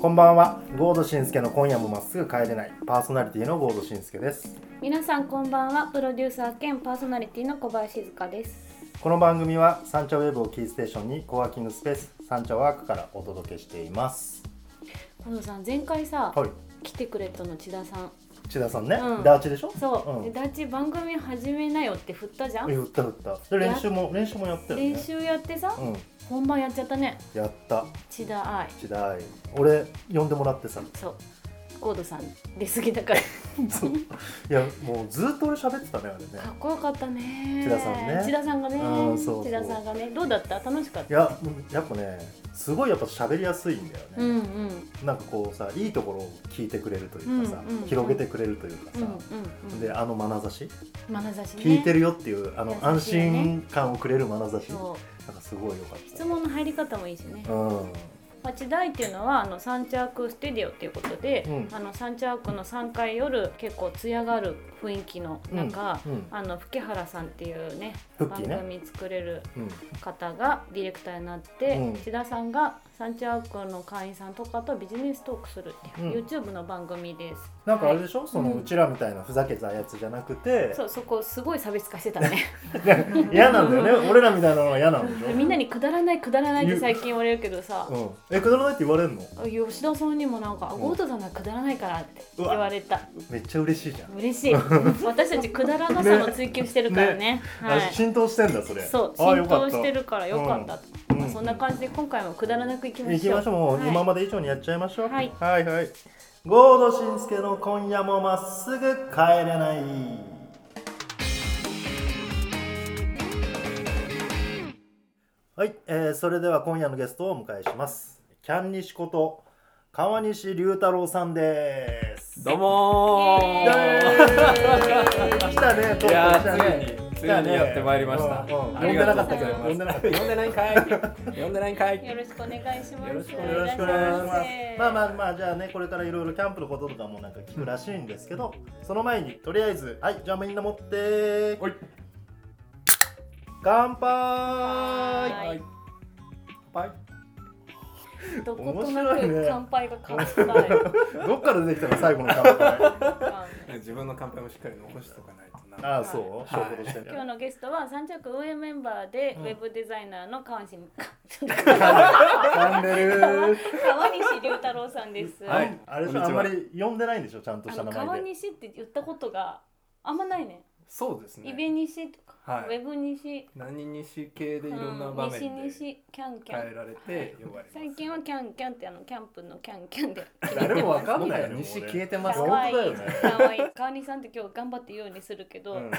こんばんはゴードシンスケの今夜もまっすぐ帰れないパーソナリティのゴードシンスケです皆さんこんばんはプロデューサー兼パーソナリティの小林静香ですこの番組はサンチャウェブをキーステーションにコワーキングスペースサンチャワークからお届けしています小野さん前回さ、はい来てくれたの千田さん千田さんね、うんダーチでしょそう、んでダッチ番組始めなよって振ったじゃん、え打った打ったで練習も練習もやったよね練習やってさ、うん本番やっちゃったねやった千田愛千田愛俺呼んでもら ってさそうゴードさん出過ぎだ からそういやもうずっと俺喋ってたねあれねかっこよかったね千田さんね千田さんがねうんそうそう千田さんがねどうだった楽しかっいたやもうやっぱねすごいやっぱ喋りやすいんだよね、うんうんうんなんかこうさいいところを聞いてくれるというかさ、うんうんうん広げてくれるというかうんうさ、んであの眼差し、眼差しね聞いてるよっていうあの優安しいよね心感をくれる眼差し、そうなんかすごい良かっ質問の入り方もいいしねた。うん、まあ、地台っていうのはあのサンチャークステディオっていうことで、うんあのサンチャークの3階夜結構艶がある雰囲気の中、うんうんあの福原さんっていうねフッキーね番組作れるうん、方がディレクターになって、うん千田さんがサンチャークの会員さんとかとビジネストークするっていう、うん YouTube の番組です。なんかあれはでいしょ、そのうんうちらみたいなふざけたやつじゃなくて、そうそこすごい差別化してたね 嫌なんだよね俺らみたいなのは嫌なんでしょみんなにくだらないくだらないって最近言われるけどさ、うん、えくだらないって言われるの吉田さんにもなんか「あゴートさんがくだらないから」って言われためっちゃ嬉しいじゃん、嬉しい私たちくだらなさの追求してるからねはいあ浸透してんだそれそうあー浸透してるからよかったと、うんまあ、そんな感じで今回もくだらなくいきましょう行きましょうもう、はい今まで以上にやっちゃいましょうはいはいはいゴードシンスケの今夜もまっすぐ帰れないはい、えー、それでは今夜のゲストをお迎えしますキャンニシこと川西龍太郎さんですどうもイーエー来たねといや来たねーついについにやってまいりましたうんうんありがとうございます呼んでなかったけど呼んでないんかい呼んでないんかよいろしくお願いしますよろしくおよろしくお願いします。まああまあまあじゃあねこれからいろいろキャンプのこととかもなんか聞くらしいんですけど、その前にとりあえずはいじゃあみんな持っておい乾は杯。いはいどことな面白いねく乾杯が乾 杯どっから出てきたの最後の乾杯。自分の乾杯もしっかり残しとかないとなああそう。証拠としてね。今日のゲストは三着運営メンバーでウェブデザイナーの川西 噛んでる。川西龍太郎さんです、はいあれでしこんょあにんちはまり呼んでないんでしょちゃんとしあたの名川前で。西って言ったことがあんまないねそうですイねベ西とか、はいウェブ西何西系でいろんなうん場面で西西キャンキ変ャえンられて呼ばれます最近はキャンキャンってあのキャンプのキャンキャン で誰もわかんないよね。僕西もうね消えてます本ね当だよね。可愛い川西さんって今日頑張って言うようにするけど、うん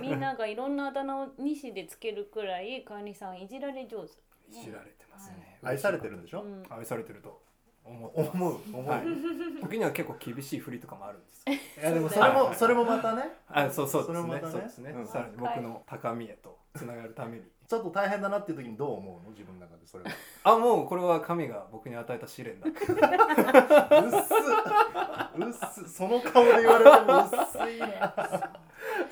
みんながいろんなあだ名を西でつけるくらい川西さんいじられ上手いじられてますね愛されてるんでしうょ。ん愛されてると思ってます思う思う。はい時には結構厳しい振りとかもあるんですけどいやでもそれもそれもまたね。あそうそうそでれすもまねたねそうですねうんさらに僕の高みへとつながるためにちょっと大変だなっていう時にどう思うの自分の中でそれは。あもうこれは神が僕に与えた試 練だうっすうっすその顔で言われてもうっすいなあ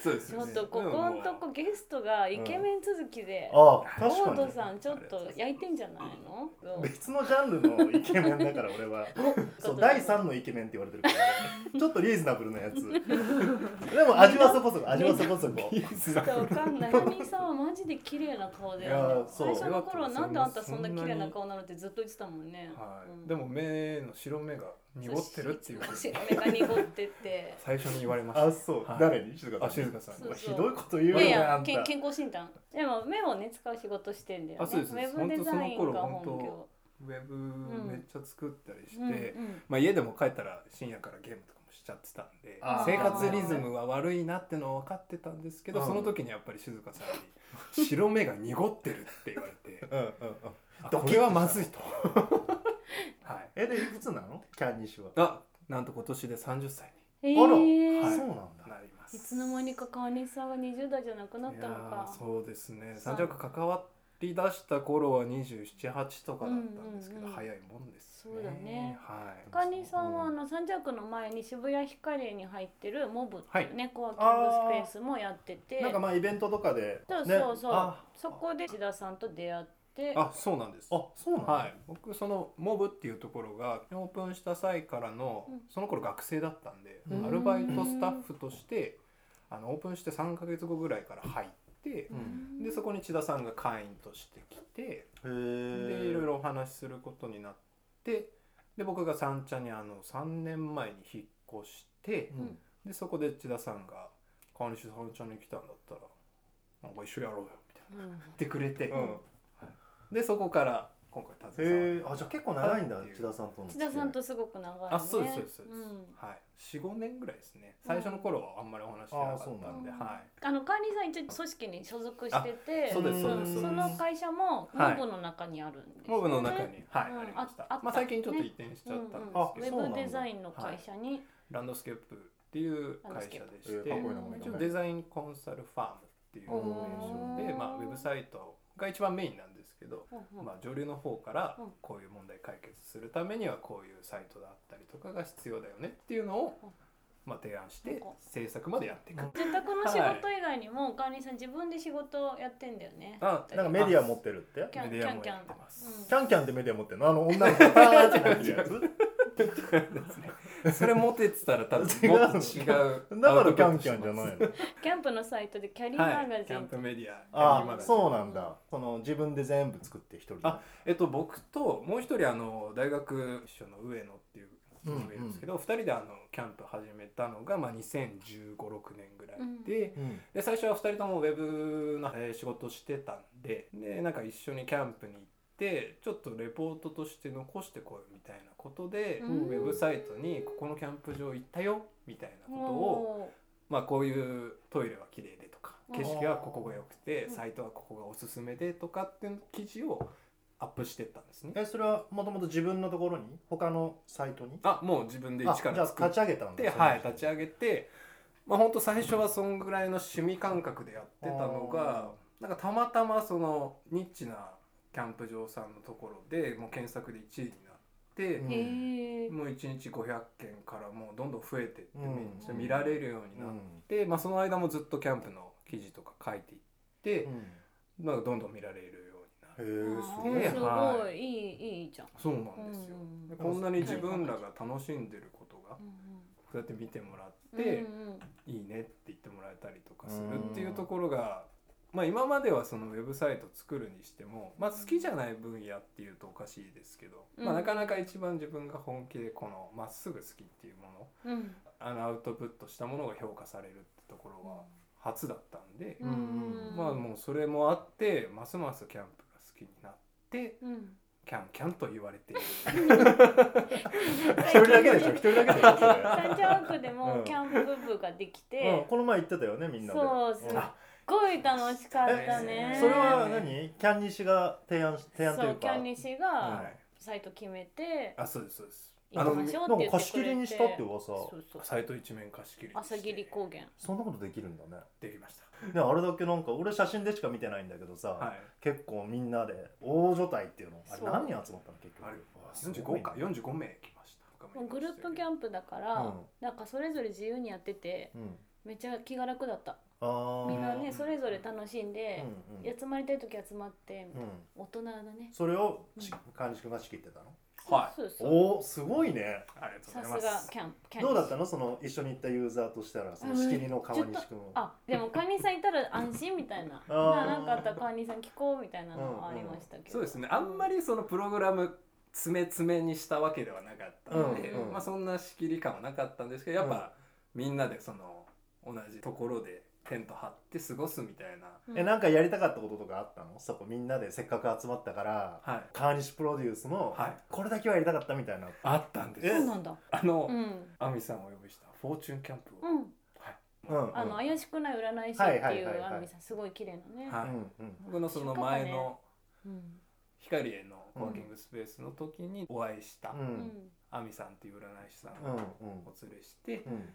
そうですちょっとここんとこゲストがイケメン続きで、確ゴーかドにさんちょっと焼いてんじゃないの別のジャンルのイケメンだから俺 は そう第3のイケメンって言われてるからちょっとリーズナブルな やつでも味はそこそこ味はそこそこちょっとわかんない。神さんはマジで綺麗な顔だいよねや。そう最初の頃はなんであんたそんな綺麗なは顔なのってずっと言ってたもんね。い、でも目の白目が濁ってるっていうこと白目が濁って て。最初に言われましあそうはい誰に静香たあさん静に香さんそうひどいこと言ういよやいねあやん、けんた健康診断。でも目をね使う仕事してんだよね。あそうですウェブデザインが本業。ウェブんめっちゃ作ったりして、うんうんまあ、家でも帰ったら深夜からゲームとかもしちゃってたんであー生活リズムは悪いなってのは分かってたんですけど、うんその時にやっぱり静香さんに「白目が濁ってる」って言われてうんうんうん あこれはまずいと。 はい、えでいくつなのキャンニッシュはあなんと今年で30歳えあらえはいそうなんにだなります。いつの間にか川西さんが20代じゃなくなったのいやかー。そうですねそう三着関わり出した頃は278とかだったんですけど、うんうんうん早いもんですそうだねはいカニさんはあの三着の前に渋谷ヒカレに入ってるモブっていうね、コワーキングスペースもやっててなんかまあイベントとかでそうねそうそう、あそこで千田さんと出会ってあそうなんですあそうなの、はい、僕そのモブっていうところがオープンした際からの、うんその頃学生だったんで、うんアルバイトスタッフとしてあのオープンして3ヶ月後ぐらいから入ってう、ん、でそこに千田さんが会員として来て、へえでいろいろお話しすることになってで僕が三茶にあの3年前に引っ越して、うんでそこで千田さんが「川西三茶に来たんだったらなんか一緒にやろうよ」みたいなうん言ってくれて、うんでそこから今回達也さんへえあじゃあ結構長いんだはい千田さんとの津田さんあとすごく長いねあそうですそうですそうです、んはい45年ぐらいですね最初の頃はあんまりお話してなかっあたんでそうなんだはあの管理さん一応組織に所属してていそうですんそうですそうそでの会社もはいモブの中にあるんですすよねモブの中に、はい、うんありましたああったまあ、最近ちょっと移転しちうゃんっうんたんあですけど、そうなウェんブだデザインの会社にランドスケープっていう会社でして、えーかっこいいなうん一応デザインコンサルファームっていう名称で、うんまあ、ウェブサイトが一番メインなんですけど、うんうんまあ、上流の方からうんこういう問題解決するためにはこういうサイトだったりとかが必要だよねっていうのをうん、まあ、提案しなんてか制作までやっていく。住宅の仕事以外にも管理さん自分で仕事やってんだよねあなんかメディア持ってるってキャンメディアもキャンやってますうんキャンキャンってメディア持ってるのあの女の 子がパーって持ってるやつ それモテてたら 多分もっと違 うだからキャンキャンじゃないのいキャンプのサイトでキャリーマはガい、ジキンャンプメディアあキャンプマガジンそうなんだその自分で全部作って一人であえっと僕ともう一人あの大学一緒の上野っていう人がいるんですけど、二人であのキャンプ始めたのがまあ2015 6年ぐらいで、うんで最初は二人ともウェブのえー仕事してたんででなんか一緒にキャンプに行ってちょっとレポートとして残してこいみたいなことで、うんウェブサイトにここのキャンプ場行ったよみたいなことをおまあ、こういうトイレは綺麗でとかうん景色はここが良くてうんサイトはここがおすすめでとかっていう記事をアップしてったんですね。えそれはもともと自分のところに他のサイトにあもう自分で一かあじゃらあ作っ立ち上げたんだてはいその立ち上げてまあ本当最初はそんぐらいの趣味感覚でやってたのがなんかたまたまそのニッチなキャンプ場さんのところでもう検索で1位になって。うんーへえもう1日500件からもうどんどん増えてってうんめっちゃ見られるようにうなっんて、まあ、その間もずっとキャンプの記事とか書いていって、なんかどんどん見られるようになるへえすごいねすごいいいいいじゃんそうなんですよ、うんうんでこんなに自分らが楽しんでることがこううやって見てもらっんうんて、うんうんいいねって言ってもらえたりとかするっていうところが、まあ、今まではそのウェブサイト作るにしても、まあ、好きじゃない分野っていうとおかしいですけど、まうあ、んなかなか一番自分が本気でこのまっすぐ好きっていうものうんあのアウトプットしたものが評価されるってところは初だったんで、うんまあもうそれもあってますますキャンプが好きになってうんうんキャンキャンと言われている一人だけでしょ一人だけでしょそれサンジャオクでうもんキャンプ部ができうん、て、この前言ってたよねみんなでそうすんあごい楽しかったえね。それは何キャン西が提案し提案といそううキかャンニシはがいサイト決めてあそうですそうですあ行きのましょうなんってか言ってくれて。貸し切りにしたって噂そうそう。サイト一面貸し切りにして朝霧高原。そんなことできるんだねできましたねあれだけなんか俺写真でしか見てないんだけどさ、はい結構みんなで大所帯っていうのあれそう何人集まったの結局あれ45か45名来ましたもうグループキャンンプだから、うんなんかそれぞれ自由にやっててうんめっちゃ気が楽だった。あーみんなねうんそれぞれ楽しんで、うんうん集まりたい時集まって、うん大人だね。それをうんち管理職が仕切ってたのはいそうそうそう。おおすごいねありがとさうごすざいまがすキャンプキャンニシどうだったのその一緒に行ったユーザーとしたらその仕切りの川西君あでも管理さんいたら安心みたいなあーななんかあったら管理さん聞こうみたいなのはありましたけど、そうですねあんまりそのプログラム詰め詰めにしたわけではなかったので、うんうんまあ、そんな仕切り感はなかったんですけどやっぱ、みんなでその同じところでテント張って過ごすみたいな、うん、えなんかやりたかったこととかあったのそこみんなでせっかく集まったからはい、川西プロデュースのはいこれだけはやりたかったみたいなあったんですそうなんだあの、うんアミさんをお呼びしたフォーチュンキャンプを、うんはいうんあのうん怪しくない占い師っていうはいはいはいはいあみさんすごい綺麗なね、はいうんうん僕のその前のうん光へのワーキングスペースの時にお会いしたうんうんアミさんっていう占い師さんうんをうんお連れしてうん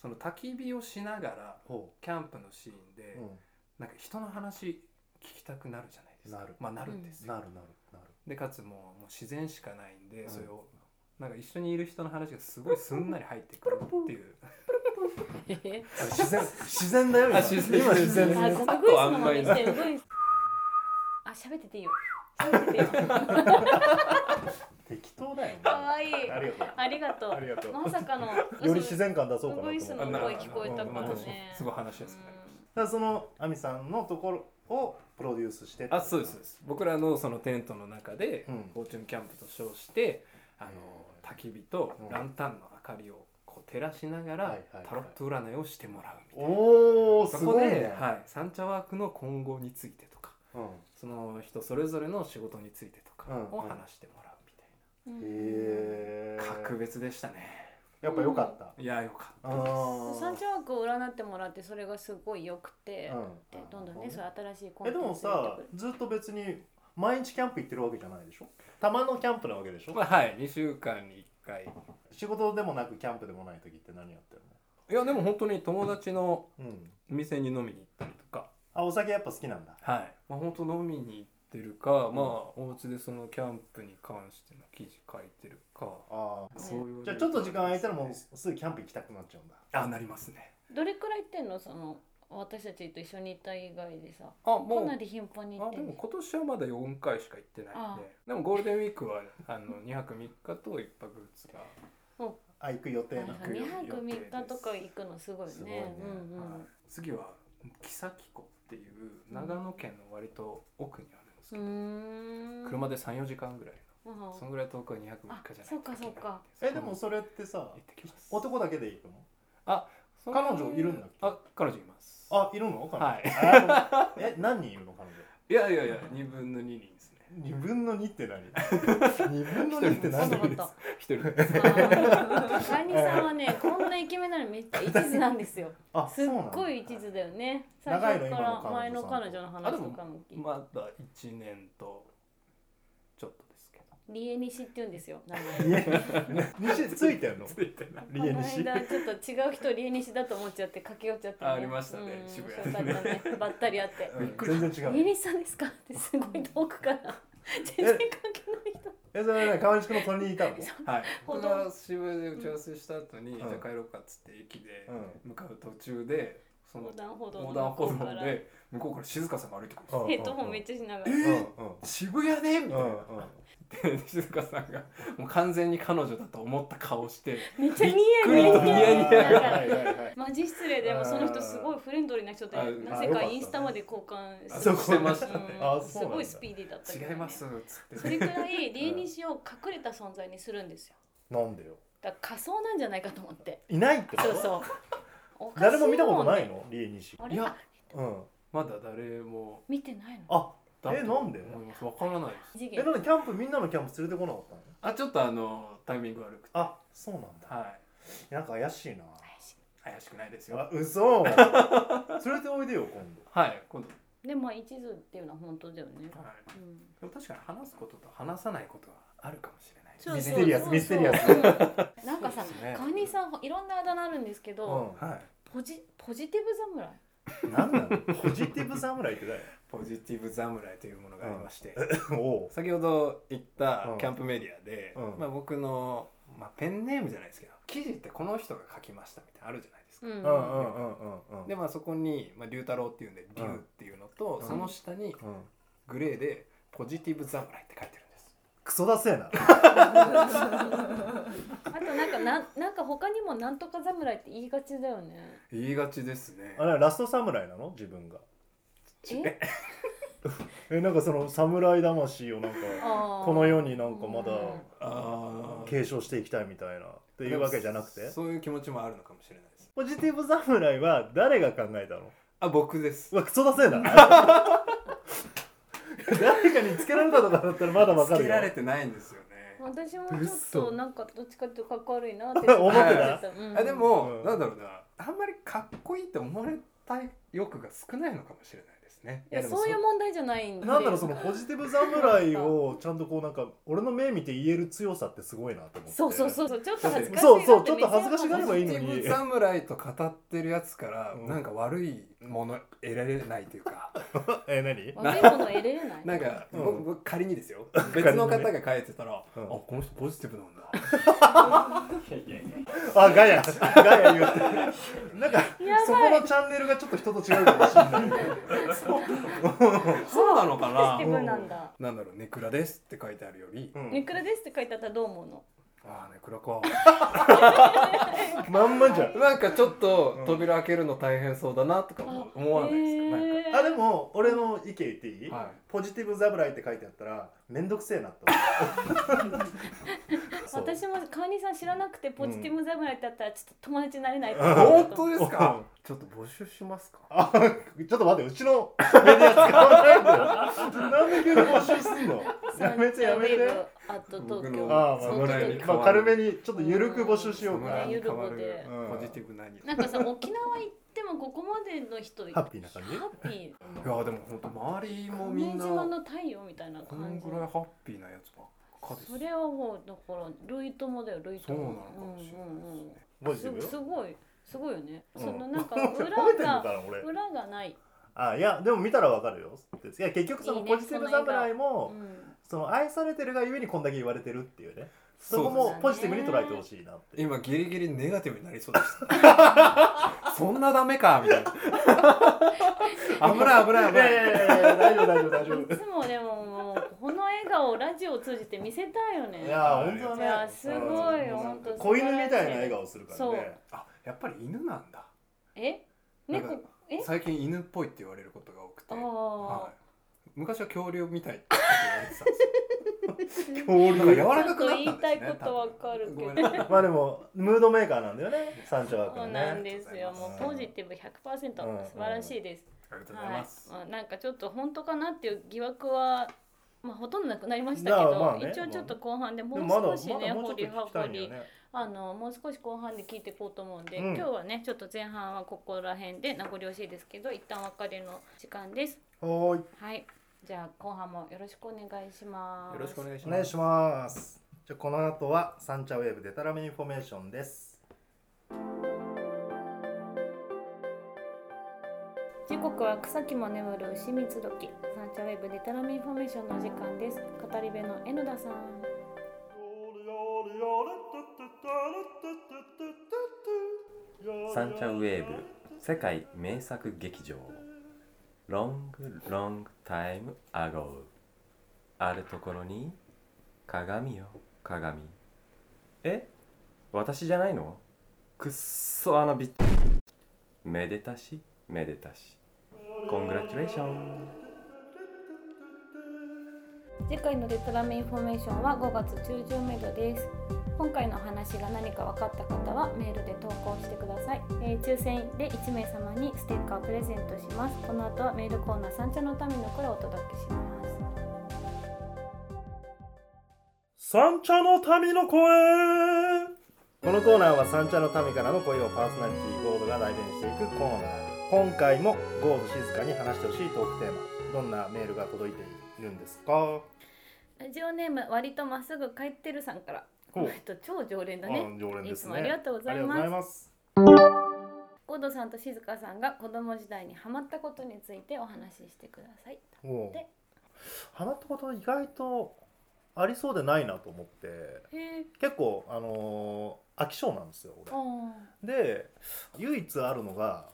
その焚き火をしながらほキャンプのシーンうでうなんか人の話聞きたくなるじゃないですかなるまあなるんですんよなるなるなるでかつもうもう自然しかないんで、うんそれをなんか一緒にいる人の話がすごいすんなり入ってくるっていうえあれ自然自然だよ今あ自然今自然あだよここグイスの真似してるグイスあ喋ってていいよ見てて適当だよね可愛いありがとうありがあとりがとううまさかのより自然感出そうかなとウグ思イってスだのか声聞こえたからうんねすごい話しやすくなりましらその亜美さんのところをプロデュースしてたあそうですそうです僕らのそのテントの中で、うんフォーチュンキャンプと称してあの焚き火とうんランタンの明かりをこう照らしながら、はいはいはいタロット占いをしてもらうみたいなおおそすこごいで、ね、はい、三茶ワークの今後についてとかうん、その人それぞれの仕事についてとかうんを話してもらうみたいうんへえな、格別でしたねやっぱ良かった、いやよかったあーサンチャワークを占ってもらってそれがすごい良くて、うでどんどんねそういう新しいコンえでテンツもさずっと別に毎日キャンプ行ってるわけじゃないでしょたまのキャンプなわけでしょまあはい2週間に1回仕事でもなくキャンプでもない時って何やってるいやでも本当に友達ののうん店に飲みに行ったりとかあお酒やっぱ好きなんだはい、まあ、本当飲みに行ってるか、まあお家でそのキャンプに関しての記事書いてるかああそういうじゃあちょっと時間空いたらもうすぐキャンプ行きたくなっちゃうんだあなりますねどれくらい行ってんのその私たちと一緒にいた以外でさあもかうなり頻繁に行あってでんもの今年はまだ4回しか行ってないんででもゴールデンウィークはあの2泊3日と1泊2日があ行く予定はないのはい行く予2定泊3日とか行くのすごいねすごいねうんうんはい次は木崎湖っていう長野県の割と奥にあるんですうけーど、ん車で34時間ぐらいうんのそのぐらい遠くは2泊3日じゃないといけなあいんでそうかそうかえでもそれってさ行ってきます男だけで行くのその彼女いるんだっけあ彼女いますあいるの彼女、はいあえ何人いるの彼女いやいやいや2分の2人ですね二分の二って何二分の二ってそ何んなこと一人です ガニさんはねこんなイケメンなのにめっちゃ一途なんですよ あすっごいそう一なんだ途だよね最長いの初から今の彼女さん前の彼女の話とかも聞いてまだ1年とちょっとですけどリエニシって言うんですよ名前いや西ついてんのついてないリエニシこの間ちょっと違う人リエニシだと思っちゃって駆け寄っちゃった、あありましたねうん渋谷でね面白かったねばったり会ってうん全然違「リエうニシさんですか?」ってすごい遠くから全然関係ないえそれね川西君の隣にいたのはいほど僕が渋谷で打ち合わせした後に、んじゃあ帰ろうかっつって駅でうん向かう途中でそ人の横断歩道の横断歩向こう道からで向こうから静香さんが歩いてくるんですようんヘッドホンめっちゃしながうらん渋谷でみうたいんうなんうんで静香さんがもう完全に彼女だと思った顔してめっちゃニヤニびっヤくりニヤニヤしながはらいはいはいマジ失礼でもその人すごいフレンドリーな人であなぜあよかっかたインスタまで交換あしそうしてましたあそうねなんうんだすごいスピーディーだったけど違ねいますっつっそてれくらいリエニシを隠れた存在にするんですよなんでよだから仮想なんじゃないかと思っていないってこそとうそうおかし い誰も見たことないんねのリエニシあいれやあうんまだ誰も見てないのあだとえなんで思いますわからないです異次えな元んでキャンプみんなのキャンプ連れてこなかったのあちょっとあのタイミング悪くてあそうなんだはなんか怪しいな怪しい怪しくないですよあ 嘘連れておいでよ今度はい今度、いでもまあ一途っていうのは本当だよね、はい、うん、でも確かに話すことと話さないことがあるかもしれないですミステリアスミステリアスうんなんか さそうですねカニさんいろんなあだ名あるんですけど、うはいポジポジティブ侍んなんなのポジティブ侍って誰 ポジティブ侍というものがありまして、おう先ほど言ったうんキャンプメディアで、うんまあ、僕の、まあ、ペンネームじゃないですけど記事ってこの人が書きましたみたいなのあるじゃないですか、うんうんうんうんうんうんでまあそこに、まあ、龍太郎っていうんで龍っていうのと、うんその下にうんグレーでポジティブ侍って書いてるんですクソだせえなあとなんかなんなんか他にもなんとか侍って言いがちだよね言いがちですねあれはラスト侍なの自分がええなんかその侍魂をなんかあーこの世になんかまだあー継承していきたいみたいなっていうわけじゃなくてそういう気持ちもあるのかもしれないですポジティブ侍は誰が考えたのあ僕ですうわクソだせえな誰かにつけられたとかだったらまだわかつるけよられてないんですよね、私もちょっ嘘となんかどっちかっていうとかっこ悪いなっ て思ってたた、うんあでも、うんなんだろうなあんまりかっこいいって思われたい欲が少ないのかもしれないですねいやそういう問題じゃないんでなんだろうそのポジティブ侍をちゃんとこうなんか俺の目見て言える強さってすごいなと思ってそうそうそうそうちょっと恥ずかしいそうそうちょっと恥ずかしがればいいいポのジテにィブ侍と語ってるやつから、うんなんか悪いもの得られないというかえ何悪いもの得れないなんか、うん僕僕仮 にですよ別の方が書いてたら、うんあこの人ポジティブなんだいやいやいやあガヤガヤ言ってるなんかやばいそこのチャンネルがちょっと人と違うかもしれないそうなのかフェスティなブなんだ。なんだろう「ネクラです」って書いてあるよりうんネクラですって書いてあったらどう思うの「ああネクラか」まんまじゃんなんかちょっとうん扉開けるの大変そうだなとかも思わないですか、なんかへーあでも俺の意見言っていい、はいポジティブ侍って書いてあったら面倒くせえなって思うそう私も川西さん知らなくてポジティブ侍ってあったらちょっと友達になれないうん思う本当ですうかんちょっと募集しますかあちょっと待ってうちのメディア使わないんだよなんで急に募集すんのやめてやめてアット東僕京のあそあ、うまあ、ちょっ軽とめに、まあ、軽めにちょっと緩く募集しようかんなゆるぼで変わるうんポジティブなに、なんかさ沖縄行ってもここまでの人ハッピーな感じハッピいやでも本当周りーもみん梅な島の太陽みたいなこの感じぐらいハッピーなやつばっかですそれはもうだから類友だよ類そうなの友かもしれないですね、ポジすティブよすごいすごいよね、うんそのなん か褒めて裏んのかがな俺裏がない、あいやでも見たらわかるよいや結局そのいいねポジティブ侍うもん、その愛されてるがゆえにこんだけ言われてるっていうねそそうこですもポジティブに捉えてほしいなって今ギリギリネガティブになりそうです そんなダメかみたいな危ない危ない危いやないいやいやいや大丈夫大丈夫大丈 いつもでももうこの笑顔をラジオを通じて見せたいよね夫いや本当だねいやすごいようんほんと子犬みたいな笑顔するからそうねあやっぱり犬なんだえなんか猫え最近犬っぽいって言われることが多くて、あはあい、昔は恐竜みたいって言われてたんですよ恐なんか柔竜らかくなったんですねちょっと言いたいことわかるけど多分ごめんなさ いまあでもムードメーカーなんだよね三丁そう枠なねんですよ。もうポジティブ100%うん素晴らしいです。ありがとうございはいます、。まあなんかちょっと本当かなっていう疑惑はまあほとんどなくなりましたけど、まあまあね一応ちょっと後半でもでうもまだま少だしねもう掘ちりょっと葉聞きた掘いんだより、ねあのもう少し後半で聞いていこうと思うんで、うん今日はねちょっと前半はここら辺で名残惜しいですけど一旦お別れの時間です。はーいはい。じゃあ後半もよろしくお願いします。よろしくお願いしおま願いすしますじゃあこの後はサンチャウェーブデタラメインフォメーションです時刻は草木も眠る牛三つ時サンチャウェブデタラメインフォメーションの時間です語り部のえのださんサンチャウェーブ世界名作劇場 Long Long Time Ago あるところに鏡よ鏡え私じゃないのくっそあのビッめでたしめでたしコングラチュレーション次回のデタラメインフォメーションは5月中旬めどです今回のお話が何か分かった方はメールで投稿してください、えー抽選で1名様にステッカーをプレゼントしますこの後はメールコーナー三茶の民の声をお届けします三茶の民の声このコーナーは三茶の民からの声をパーソナリティゴールドが代弁していくコーナー今回もゴールド静かに話してほしいトークテーマどんなメールが届いているんですかラジオネーム割とまっすぐ帰ってるさんからほうえっと超常連だあね常連でいすつねもありがとうございますますゴードさんと静香さんが子供時代にハマったことについてお話ししてください。もうでハマったことは意外とありそうでないなと思ってへえ。結構あのー飽き性なんですよ俺あで唯一あるのが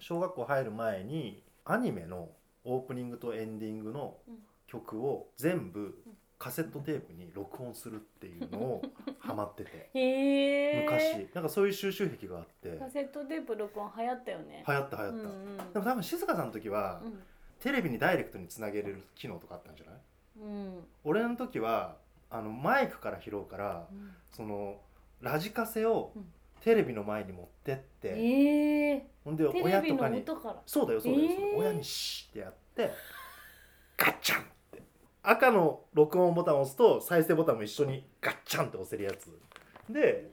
小学校入る前にアニメのオープニングとエンディングのうん曲を全部んカセットテープに録音するっていうの をハマっててあ。へえ。昔なんかそういう収集癖があってカセットテープ録音流行ったよね。流行った流行うんった、でも多分静香さんの時はうん。テレビにダイレクトにつなげれる機能とかあったんじゃないうん。俺の時はあのマイクから拾うからうん。そのラジカセをうんテレビの前に持ってって、ええ。ほんでテ親レビとのかに音から。そうだよそうだよ、えそーうだよ親にシーってやってガッチャンって赤の録音ボタンを押すと再生ボタンも一緒にガッチャンって押せるやつで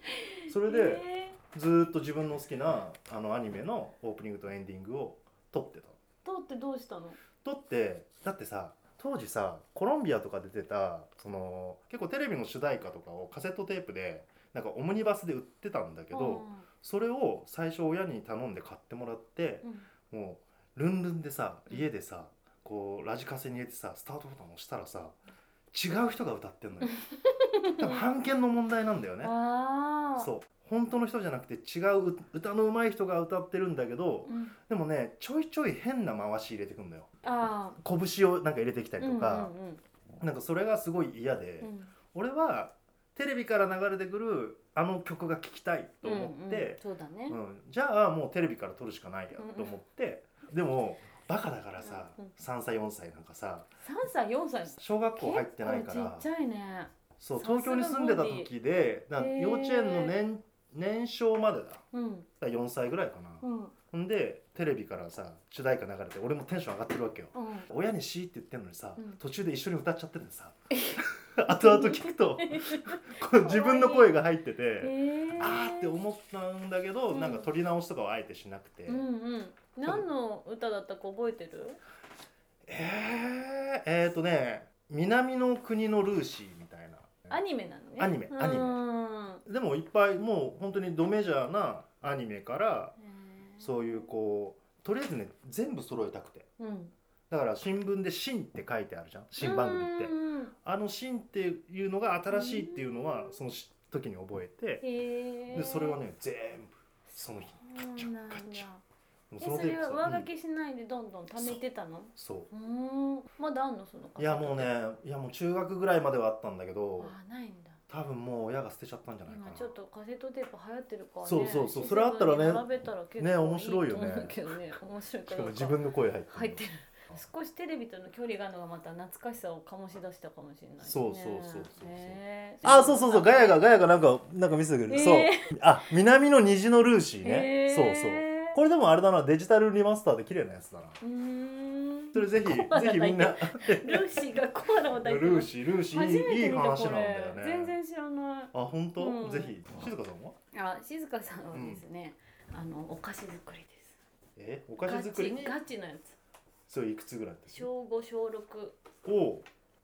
それでええずーっと自分の好きなあのアニメのオープニングとエンディングを撮ってたどうってどうしたの？撮ってだってさ当時さコロンビアとかで出てたその結構テレビの主題歌とかをカセットテープでなんかオムニバスで売ってたんだけど、それを最初親に頼んで買ってもらってう、ん。もうルンルンでさうん家でさこうラジカセに入れてさスタートボタン押したらさ違う人が歌ってんのよ多分版権の問題なんだよねああそう本当の人じゃなくて違う歌の上手い人が歌ってるんだけどうん、でもねちょいちょい変な回し入れてくんだよあ拳をなんか入れてきたありとか、なんかそれがすごい嫌で、うんうんうん俺はテレビから流れてくるあの曲が聴きたいと思って、うんうんそうだね、うんじゃあもうテレビから撮るしかないやと思って、でもバカだからさ、うんうん3歳4歳なんかさ三歳四歳小学校入ってないか結構らちっちゃいねそうさすが東京に住んでた時でだからへー幼稚園の年年少までだだかうんら4歳ぐらいかな、うんほんでテレビからさ主題歌流れて俺もテンション上がってるわけようん親に「し」って言ってんのにさ、うん途中で一緒に歌っちゃってるのさ 後々聞くとこの自分の声が入ってて。えあーって思ったんだけど、うんなんか撮り直しとかはあえてしなくて、うんうん何の歌だったか覚えてるえー、えーとね「南の国のルーシー」みたいなアニメなのねアニメアニメメでもいっぱいもう本当にドメジャーなアニメからそういうこうとりあえずね全部揃えたくてうん、うん、だから新聞で「新」って書いてあるじゃん新番組ってうんあの「新」っていうのが新しいっていうのはその時に覚えてへえでそれはね全部その日そうなんだガチャもうえそのそテーれプはさ上書うんきしないでどんどん貯めてたのそううーんまだあんのそのいやもうねいやもう中学ぐらいまではあったんだけあどーないんだ多分もう親が捨てちゃったんじゃないか今なちょっとカセットテープ流行ってるからねそうそうそう新聞にそれあったらね並べたら結構ね面白いよねと思うけどね面白いしかかどうもか自分の声入ってる入ってる少しテレビとの距離があるのがまた懐かしさを醸し出したかもしれないねそうそうそうそうそうへーあそうそうそうガヤがガヤがなんかなんか見せてくれる、えーそうあ南の虹のルーシーね、へーそうそうこれでもあれだなデジタルリマスターで綺麗なやつだなうーんそれぜひコアぜラひみんなルーシーがコアラを抱いてルまーすシールーシ初ーいめいいてい見た話こなんだれよね全然知らないあ本当、うんぜひ静香さんはあ静香さんはですね、あのお菓子作りですえお菓子作りにガチガチのやつそれいくつぐらいですか小5小六おう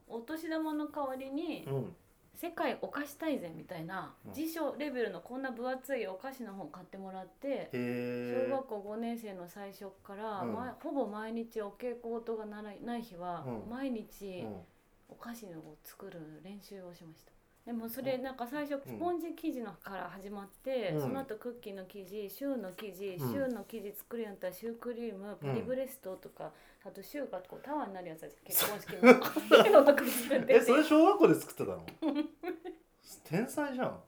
お年玉の代わりにうん世界お菓子大全みたいなうん辞書レベルのこんな分厚いお菓子の本買ってもらってへえ小学校5年生の最初から、うんまほぼ毎日お稽古事がならない日は、うん毎日うんお菓子を作る練習をしましたでもそれなんか最初スポンジ生地のから始まって、うんその後クッキーの生地シューの生う地、んシューの生地作るんやったらシュークリームプリブレストとか、あとシューがこうタワーになるやつだじゃん結婚式のそういうのとか作って てえそれ小学校で作ってたの天才じゃん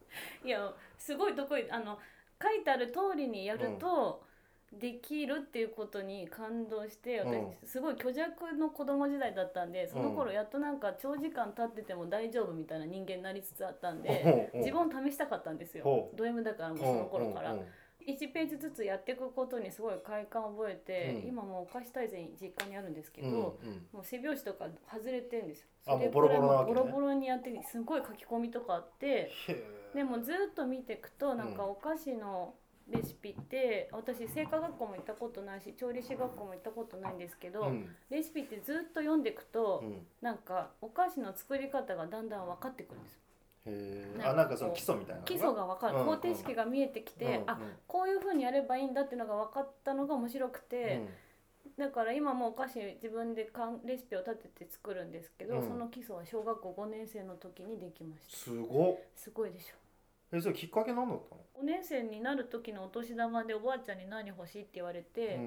いやすごい得意あの書いてある通りにやると、できるっていうことに感動してう私すごい虚弱の子供時代だったんでその頃やっとなんか長時間経ってても大丈夫みたいな人間になりつつあった んでおうおう自分を試したかったんですよほうド M だからもうその頃からうんうんうん1ページずつやっていくことにすごい快感を覚えてうん今もうお菓子大全実家にあるんですけど、うんうんもう背拍子とか外れてるんですよあもうそれボロボロなわけねボロボロにやってすごい書き込みとかあってへえでもずっと見ていくとなんかうんお菓子のレシピって私製菓学校も行ったことないし調理師学校も行ったことないんですけど、うんレシピってずっと読んでいくと、うんなんかお菓子の作り方がだんだん分かってくるんですよへえなんかあなんかその基礎みたいなの基礎が分かる、うん方程式が見えてきて、うんあこういう風にやればいいんだっていうのが分かったのが面白くうて、んだから今もうお菓子自分でかんレシピを立てて作るんですけど、うんその基礎は小学校5年生の時にできましたすごっすごいでしょえそれきっかけなんだったの5年生になる時のお年玉でおばあちゃんに何欲しいって言われて、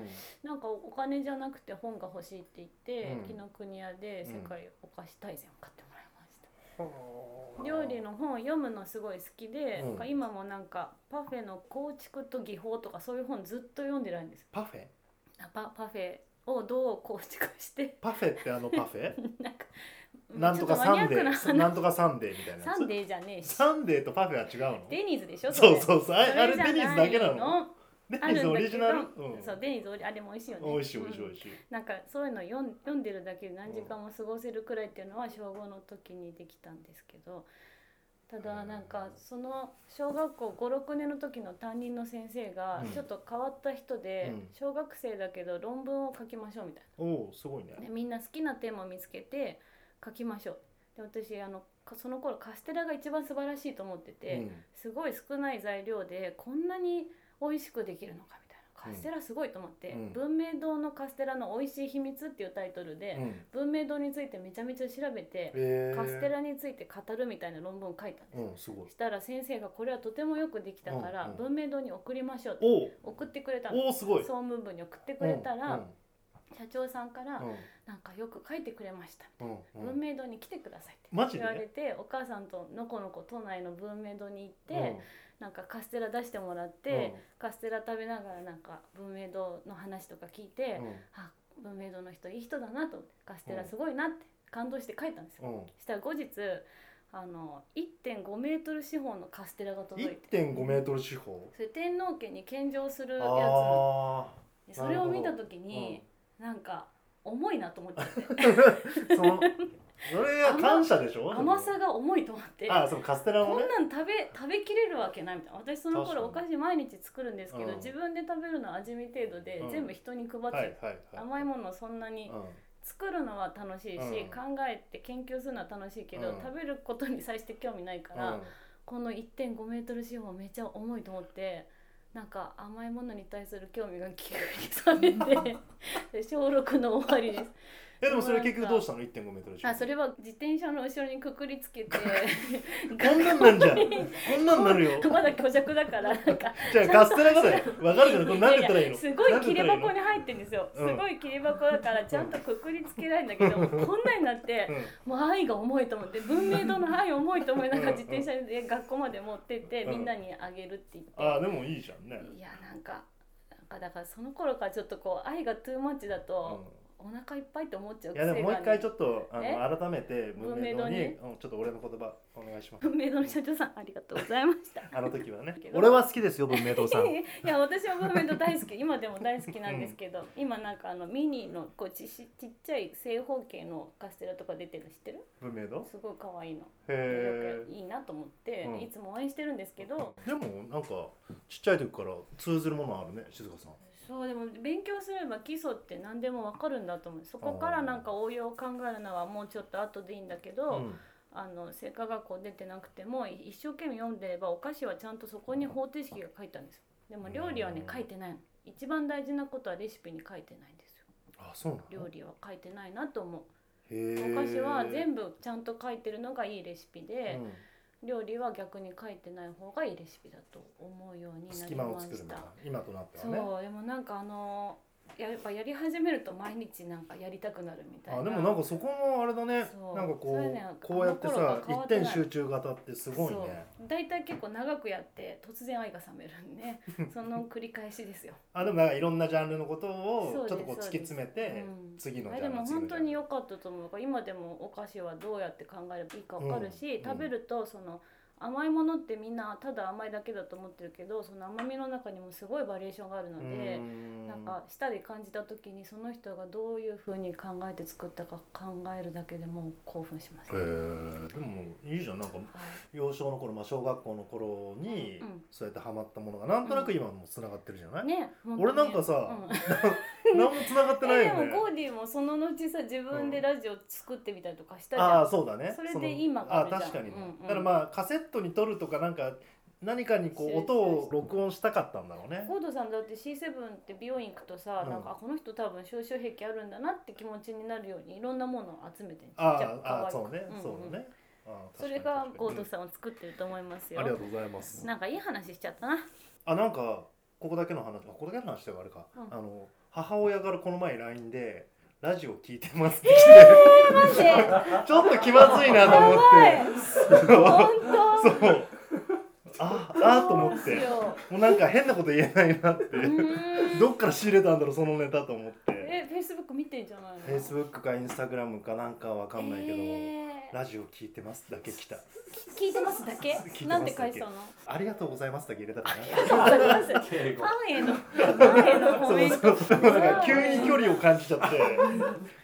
なんかお金じゃなくて本が欲しいって言って、うん紀の国屋で世うん界お菓子大全を買ってもらいました、うん料理の本を読むのすごい好きで、うんなんか今もなんかパフェの構築と技法とかそういう本ずっと読んでるんですパフェあパパフェをどう構築して パフェってあのパフェなんかなんとかちょっサマニアンッデクなーなんとかサンデーみたいなやサつンデーじゃねえしサンデーとパフェは違うのデニーズでしょそうれそうそうあれそあれじゃデニーズだけなないのデあニーるズんオだリけジどナルそうデニーズオリあれも美味しいよね美味しい美味しいうん美味しいなんかそういうの読ん読んでるだけで何時間も過ごせるくらいっていうのは小5の時にできたんですけどただなんかその小学校56年の時の担任の先生がうんちょっと変わった人でうん小学生だけど論文を書きましょうみたいおおすごいねなでみんな好きなテーマを見つけて書きましょうで私あのかその頃カステラが一番素晴らしいと思っててうんすごい少ない材料でこんなに美味しくできるのかみたいなカステラすごいと思って、うん文明堂のカステラの美味しい秘密っていうタイトルで、うん文明堂についてめちゃめちゃ調べて、えーカステラについて語るみたいな論文を書いたんです、うんすごいしたら先生がこれはとてもよくできたから、うんうん文明堂に送りましょうっておう送ってくれたのおうすごい総務部に送ってくれたら、うん社長さんから、うんなんかよく書いてくれました、うんうん文明堂に来てくださいってマジで言われて、お母さんとのこのこ都内の文明堂に行って、なんかカステラ出してもらって、カステラ食べながらなんか文明堂の話とか聞いて、うんあ文明堂の人いい人だなと思ってカステラすごいなって感動して書いたんですうよ、んうんしたら後日あの1.5メートル四方のカステラが届いて1.5メートル四方それ天皇家に献上するやつなんあですそれを見た時あに、なんか重いなと 思っちゃってそのそれは感謝でしょ甘さが重いと思ってあそのカステラこのねんなん食べ食べきれるわけないみたいな私その頃お確か菓子毎日作るんですけど、うん自分で食べるのは味見程度で、うん全部人に配って、はいはいはい甘いものをそんなに作るのは楽しいし、うん考えて研究するのは楽しいけど、うん食べることに際して興味ないから、この1.5メートル四方めっちゃ重いと思ってなんか甘いものに対する興味が急に冷 めてで小6の終わりですえでもそれ結局どうしたの1.5メートル四方あそれは自転車の後ろにくくり つけてこんなんなんじゃんこんなんなるよまだ虚弱だからなんかじゃあカステラがだよわかるじゃんこれなんで言ったらいいのすごい切れ箱にに入ってるんですよ、うんすごい切れ箱だからちゃんとくくりつけないんだけど、こんなになってもう愛が重いと思って文明堂の愛重いと思いながらうん自転車で学校まで持ってって、うんみんなにあげるって言って、あでもいいじゃんねいやなんかなんかだからその頃からちょっとこう愛がトゥーマッチだと、お腹いっぱいって思っちゃういやでももう一回ちょっょっとあえの改めて文明堂に文明うんちょっと俺の言葉お願いし ますと文明堂の社長さんありがとうございましたあの時はねけど俺は好きですよ文明堂さ んいや私はムーブメント大好き今でも大好きなんですけど、 今なんかあのミニのこうちしちっちゃい正方形のカステラとか出てるの知ってる文明堂すごい可愛いの、へえいいなと思って、うんいつも応援してるんですけど、でもなんかちっちゃい時から通ずるものあるね静香さんそうでも勉強すれば基礎って何でもわかるんだと思うそこからなんか応用を考えるのはもうちょっと後でいいんだけど、うんあの製菓学校出てなくてもい一生懸命読んでればお菓子はちゃんとそこに方程式が書いてあるんですよでも料理はねうん書いてないの一番大事なことはレシピに書いてないんですよあそうなの料理は書いてないなと思うおへ菓子は部全部ちゃんと書いてるのがいいレシピで、料理は逆に書いてない方がいいレシピだと思うようにな隙り間をま作るしみたいなた今となってはねそうでもなんかあのやっぱやり始めると毎日なんかやりたくなるみたいなあでもなんかそこもあれだねそうなんかそうこいううのはこうやってさあの頃と変わ一ってない点集中型ってすごいねそう大体結構長くやって突然愛が冷めるん でその繰り返しですよあでもなんかいろんなジャンルのことそうをですちょっとこう突き詰めてうん次のジあャでンルも次の本ジ当ャンにル良かったと思うから今でもお菓子はどうやって考えればいいか分かるし、うん食べるとその甘いものってみんなただ甘いだけだと思ってるけどその甘みの中にもすごいバリエーションがあるので、うんなんか舌で感じた時にその人がどういう風に考えて作ったか考えるだけでもう興奮します、へえでもいいじゃんなんかはい幼少の頃まあ小学校の頃にうんそうやってハマったものがなんとなく今もつながってるじゃない、ね本当に俺なんかさうん何もつながってないよえねでもゴーディもその後さ自分でラジオ作ってみたりとかしたじゃん、ああそうだねそれでの今があるじゃん確かにね、うんうんだからまあカセットに撮るとかなんか何かにこう音を録音したかったんだろうねゴードさんだって C7 って美容院行くとさ、うんなんかあこの人多分収集癖あるんだなって気持ちになるようにいろんなものを集めてんじゃんちっちああゃくあ可あ愛くそうね、んんそうだねああそれが確かゴにードさんを作ってると思いますうんよありがとうございますなんかいい話しちゃったなあなんかここだけの話あここだけの話ではあれか、うんあの母親からこの前 LINE でラジオ聞いてますっ て来て、なんでやちょっと気まずいなと思ばい って本そうそうああと思ってよもうなんか変なこと言えないなってうー んどっから仕入れたんだろうそのネタと思ってえフェイスブック見てんじゃないの Facebook か Instagram かなんかわかんないけど、えーラジオ聞いてますだけ来た聞いてますだ聞けいてますだけなんて返したのありがとうございますだけ入れたかなわかります フ敬語ァンへのファンへのコそメンうトそうそうなんか急に距離を感じちゃって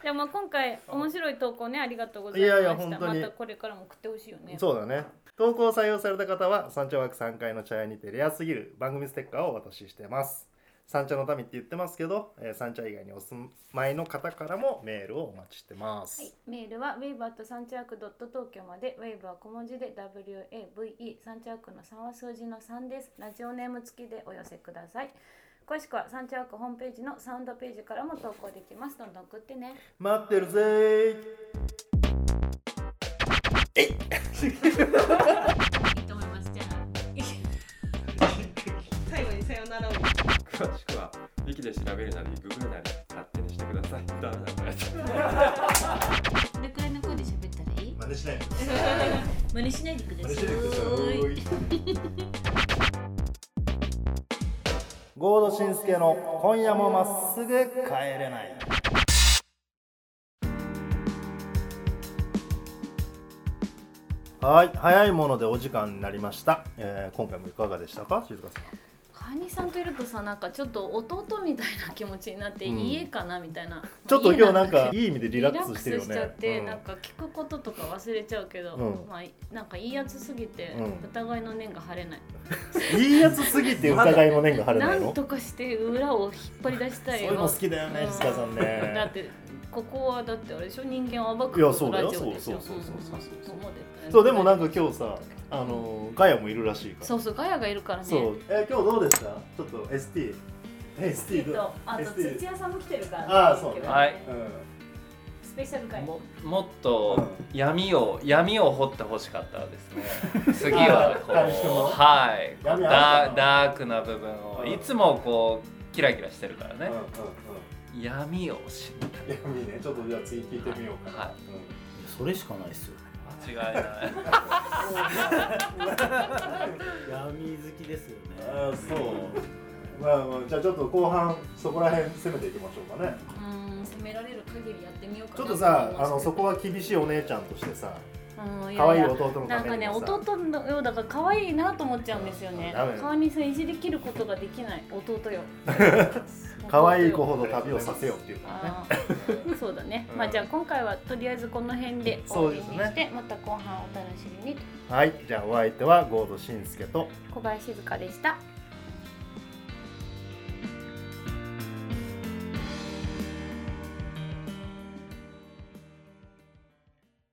じゃあまあ今回面白い投稿ねありがとうございいましたやいや本当にまたこれからも送ってほしいよね そうだね投稿採用された方は三茶枠3階の茶屋にてレアすぎる番組ステッカーをお渡ししてます三茶の民って言ってますけど、えー、三茶以外にお住まいの方からもメールをお待ちしてます、はい、メールは wave サンチャークドット東京まで wave は小文字で wave サンチャークの3は数字の3ですラジオネーム付きでお寄せください詳しくは山頂アークホームページのサウンドページからも投稿できますどんどん送ってね待ってるぜーいいと思いますじゃあ最後にさよならを詳しくは、ウィキで調べるなり、ググるなり、勝手にしてください。ダメダメダメどれくらいの声で喋ったらいい真似しないで真似しないでくださいゴードシンスケの今夜もまっすぐ帰れないはい早いものでお時間になりました、えー、今回もいかがでしたか静香さんカニさんといるとさなんかちょっと弟みたいな気持ちになって、うん家かなみたいなちょっと今日なん家かだいい意味でリリララッッククスしスてるよしねちゃって、うんなんか聞くこととか忘れちゃうけど、うんまあなんかいいやつすぎて、うんお互いの念が晴れない、いいやつすぎて疑いの念が晴れなないのんとかして裏を引っ張り出したそういいうのよ好きだよねうん静香さんだ っねてここはだってあれでしょ人間を暴いくやこそうとだよラジオでしょそうそうそうそうそう思ってたよねそうでもなんか今日さあのガヤもいるらしいからそうそうガヤがいるからねそう、え今日どうでした？ちょっと ST、ST どうとあと ST 土屋さんも来てるからああそうねはいうんスペシャル会ももっと闇を闇を掘ってほしかったですね次はこあー人のうはい闇あるダかなダークな部分をうんいつもこうキラキラしてるからうんうんね闇を知りたいうん。いやいいねちょっとじゃあ次聞いてみようかな。はいそれしかないっすよ間違いない闇好きですよねうんああそう。まあまあじゃあちょっと後半そこら辺攻めていきましょうかね。うーん責められる限りやってみようかちなょっとさあ思いまのすそこは厳しいお姉ちゃんとしてさ、うんいや可愛いいや弟のためにもさ。なんかね弟のようだから可愛いなと思っちゃうんですよねダメ顔にさいじり切ることができない弟よ 可愛い子ほど旅をさせようっていうからね。あ ーそうだね、うんまあじゃあ今回はとりあえずこの辺で終わりにそうしですて、また後半お楽しみにはいじゃあお相手はゴードシンスケと小林静香でした